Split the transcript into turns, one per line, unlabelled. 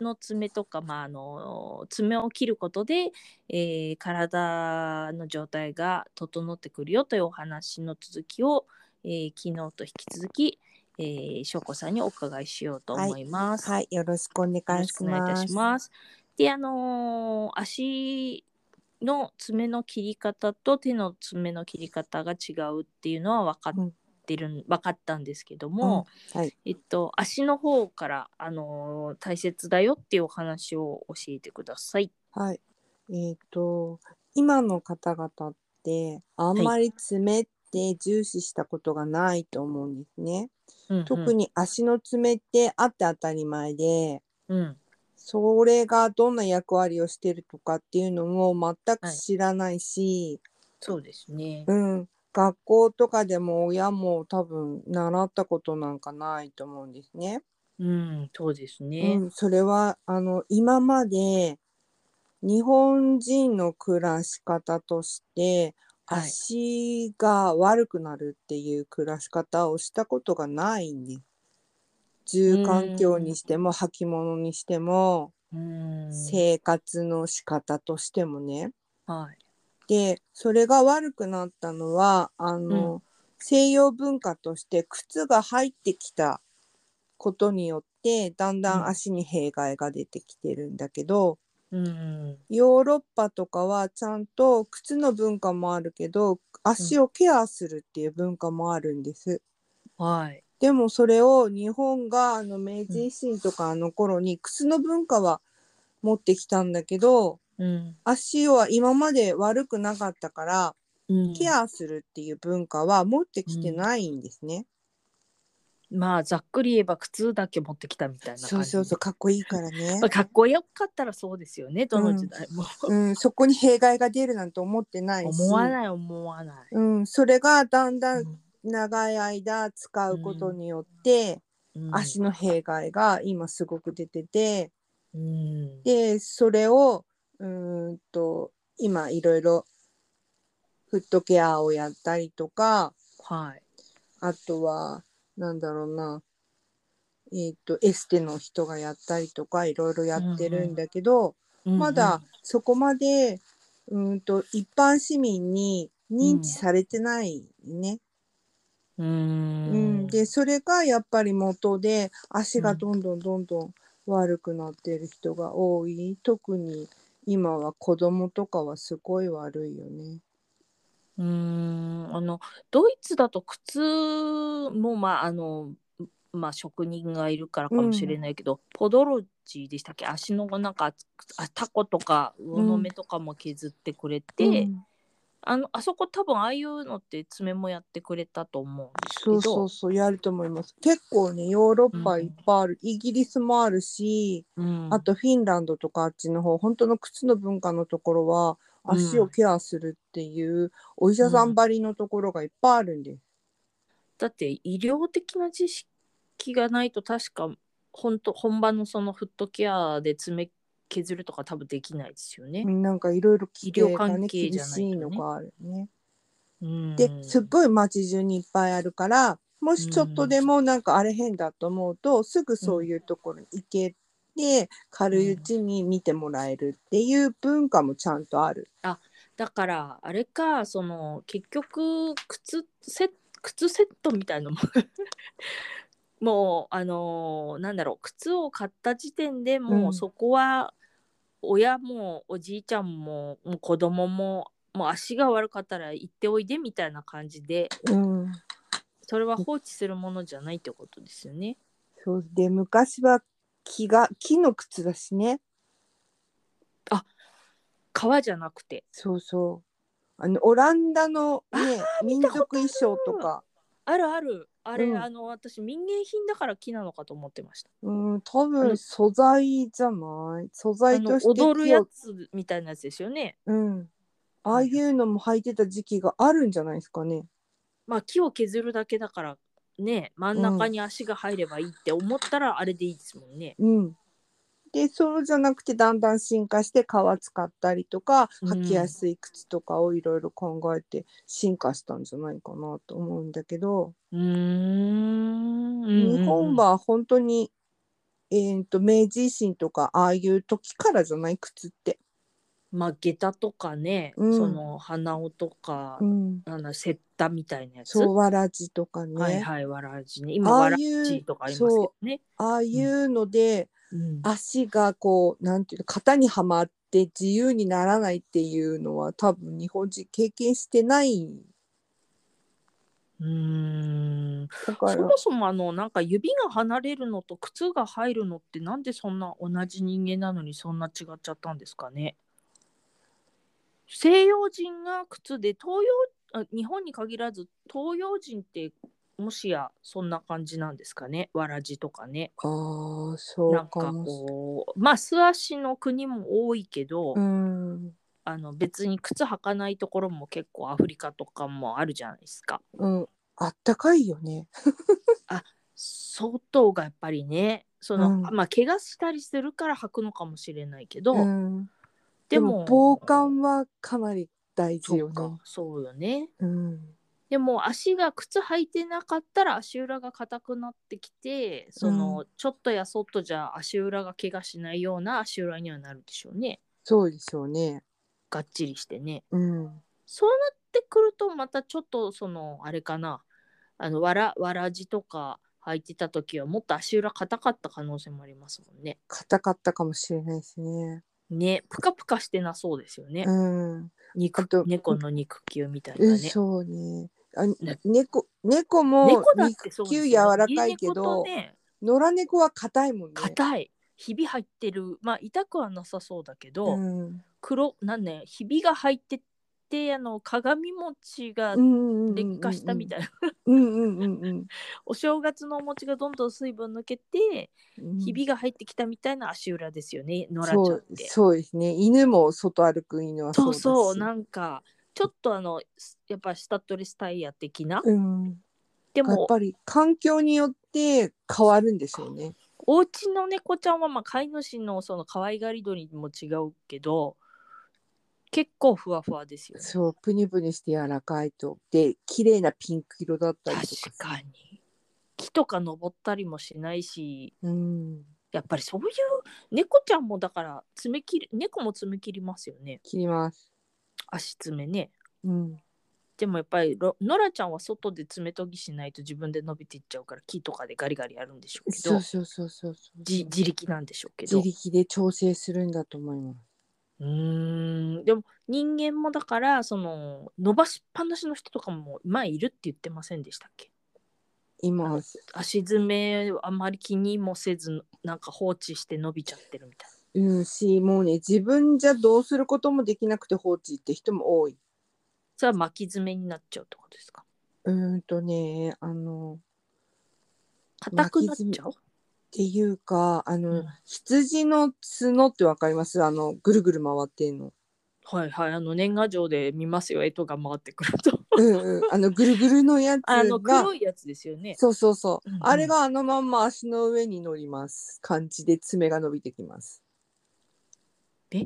の爪とか、まあ、あの爪を切ることで、えー体の状態が整ってくるよというお話の続きを、えー昨日と引き続き、えー、翔子さんにお伺いしようと思います。
はい、よろしくお願
よろ
い
し
し
くお願いい
ま
た
す。
します。で、あのー足の爪の切り方と手の爪の切り方が違うっていうのは分かってるん、分かったんですけども、
うんはい
えっと足の方からあのー大切だよっていうお話を教えてください。
はい、えっ、と、今の方々って、あんまり爪って重視したことがないと思うんですね。特
に、
に足の爪ってあって当たり前で、
うん、
それがどんな役割をしてるとかっていうのも全く知らないし、
そうですね。
うん、学校とかでも親も多分習ったことなんかないと思うんですね。
うん、そうですね
う。ん、それはあの今まで日本人の暮らし方として
はい
足が悪くなるっていう暮らし方をしたことがないんです。住環境にしても履物にしても
うん、
生活の仕方としてもね。
はい。
でそれが悪くなったのはあの、西洋文化として靴が入ってきたことによってだんだ
うん
ん足に弊害が出てきてるんだけど、
うん、
ヨーロッパとかはちゃんと靴の文化もあるけど足をケアするっていう文化もあるんです。
はい。
でもそれを日本があの明治維新とかあの頃に靴の文化は持ってきたんだけど
うん、
足は今まで悪くなかったから
うん、
ケアするっていう文化は持ってきてないんですね。
まあざっくり言えば靴だけ持ってきたみたいな感じで。
そうそうそうかっこいいからね
まあ、。かっこよかったらそうですよねどの時代も、
うん、そこに弊害が出るなんて思ってないし
思わない思わない、
うん、それがだんだ
うん
長い間使うことによって、
ん
足の弊害が今すごく出てて
うん
でそれをうーんと今いろいろフットケアをやったりとか
はい
あとはなんだろうなえっ、とエステの人がやったりとかいろいろやってるんだけど、まだそこまでうーんと一般市民に認知されてないね。
うんうん
うん、でそれがやっぱり元で足がどんどんどんどん悪くなってる人が多い、特に今は子供とかはすごい悪いよね。
うんあのドイツだと靴もまああのまあ職人がいるからかもしれないけど、ポドロジーでしたっけ足のなんかあタコとか魚の目とかも削ってくれて、
うん
あのあそこ多分ああいうのって爪もやってくれたと思うんですけ
そ
ど
うそうそうやると思います。結構ねヨーロッパいっぱいある、イギリスもあるし
うん、
あとフィンランドとかあっちの方本当の靴の文化のところは足をケアするっていうお医者さんばりのところがいっぱいあるんです。
だって医療的な知識がないと確か本当本場のそのフットケアで爪削るとか多分できないですよね。
なんかいろいろ規定が
医療関
ね
係
厳
じゃないと
し
ね
いのがあるね。
うん、
ですっごい街中にいっぱいあるからもしちょっとでもなんかあれ変だと思うと、すぐそういうところに行けて軽いうちに見てもらえるっていう文化もちゃんとある。
だからあれかその結局靴セ靴セットみたいのも もうあのーなんだろう靴を買った時点でもううんそこは親もおじいちゃんももう子供ももう足が悪かったら行っておいでみたいな感じで
うん、
それは放置するものじゃないってことですよね。
そうで昔は木が木の靴だしね
革じゃなくて。
そうそうあのオランダの、ね、民
たことある
族衣装とか
あるある。あれ、
うん
あの私民芸品だから木なのかと思ってました。
うん多
あの
分素材じゃない素
あ
材
の
として木を
踊るやつみたいなやつですよね。
うん、ああいうのも履いてた時期があるんじゃないですかね。
まあ木を削るだけだからね真ん中に足が入ればいいって思ったらあれでいいですもんね。
うん、でそうじゃなくてだんだん進化して革使ったりとか
うん
履きやすい靴とかをいろいろ考えて進化したんじゃないかなと思うんだけど、
うーん。
日本は本当にえー、と明治維新とかああいう時からじゃない靴って。
まあ下駄とかね、
うん
その鼻緒とか、
うん、
あのセッタみたいなやつ。
そうわらじとかね、
はいはい、わらじね。今、
ああ
わ
いう
らじとかありますけどね。
ああいうので
うん
足がこうなんていうの型にはまって自由にならないっていうのは多分日本人経験してない
うーん
だか
そ
ら
もそもあのなんか指が離れるのと靴が入るのってなんでそんな同じ人間なのにそんな違っちゃったんですかね西洋人が靴で東洋あ日本に限らず東洋人ってもしやそんな感じなんですかねわらじとかね
あーそ
なん
う
か
かも
こうまあ素足の国も多いけど、
うん
あの別に靴履かないところも結構アフリカとかもあるじゃないですか
うんあったかいよね
外がやっぱりねその、
うん
まあ怪我したりするから履くのかもしれないけど、
ん、
で
で
も
も防寒はかなり大
そ
事よ
う
ね
かそうよね
うん
でも足が靴履いてなかったら足裏が硬くなってきてその、
う
ちょっとやそっとじゃ足裏が怪我しないような足裏にはなるでしょうね
そうでしょうね
がっちりしてね
うん
そうなってくるとまたちょっとそのあれかなあのわらわらじとか履いてた時はもっと足裏硬かった可能性もありますもんね。
硬かったかもしれないですね
ねプカプカしてなそうですよね。
うん
肉
あと
猫の肉球みたい
うん
なね。
そうね。あ
ね
猫猫も
猫だってそ
肉
うです
球
よ
柔らかいけど、
家猫とね
野良猫は硬いもんね。
硬いひび入ってるまあ痛くはなさそうだけど、
うん
黒なんねひびが入っててあの鏡餅が
うん
劣化したみた
い。
いな、
うんうんうんうん
お正月のお餅がどんどん水分抜けて
う ん。
ひびが入ってきたみたいな足裏ですよね、野良
そ
ちゃんっ
う
て。
そうですね。犬も外歩く犬は
そ
そう
う
だし。
そう、なんか、ちょっとあの、すやっぱスタッドレスタイヤ的な。
うん。
で
やっ
も、
ぱり環境によって変わるんでしょうね。
お家の猫ちゃんは、まあ、飼い主のその可愛がり鳥にも違うけど、結構ふわふわですよね。
そうプニプニして柔らかいとで綺麗なピンク色だったり
確
とか。
かに。木とか登ったりもしないし、
うん。
やっぱりそういう猫ちゃんもだから爪切り猫も爪切りますよね
切ります。
足爪ね
うん。
でもやっぱりロノラちゃんは外で爪研ぎしないと自分で伸びていっちゃうから木とかでガリガリやるんでしょうけ
そ
ど
うそうそうそうそう。
じ自力なんでしょうけど
自力で調整するんだと思います。
うーんでも人間もだからその伸ばしっぱなしの人とかも前いるって言ってませんでしたっけ
今は
足爪あまり気にもせずなんか放置して伸びちゃってるみたい
うんしもうね自分じゃどうすることもできなくて放置って人も多い。
なそれは巻き爪になっちゃうってことですか
うーんとねあの
硬くなっちゃう
っていうかあの、
うん
羊の角ってわかりますあのぐるぐる回ってん の。
はいはいあの年賀状で見ますよ干支が回ってくると
うんうんあのぐるぐるのやつ
あの
が
黒。いやつですよね
そうそうそう、
うんうん
あれがあのまんま足の上に乗ります感じで爪が伸びてきます
え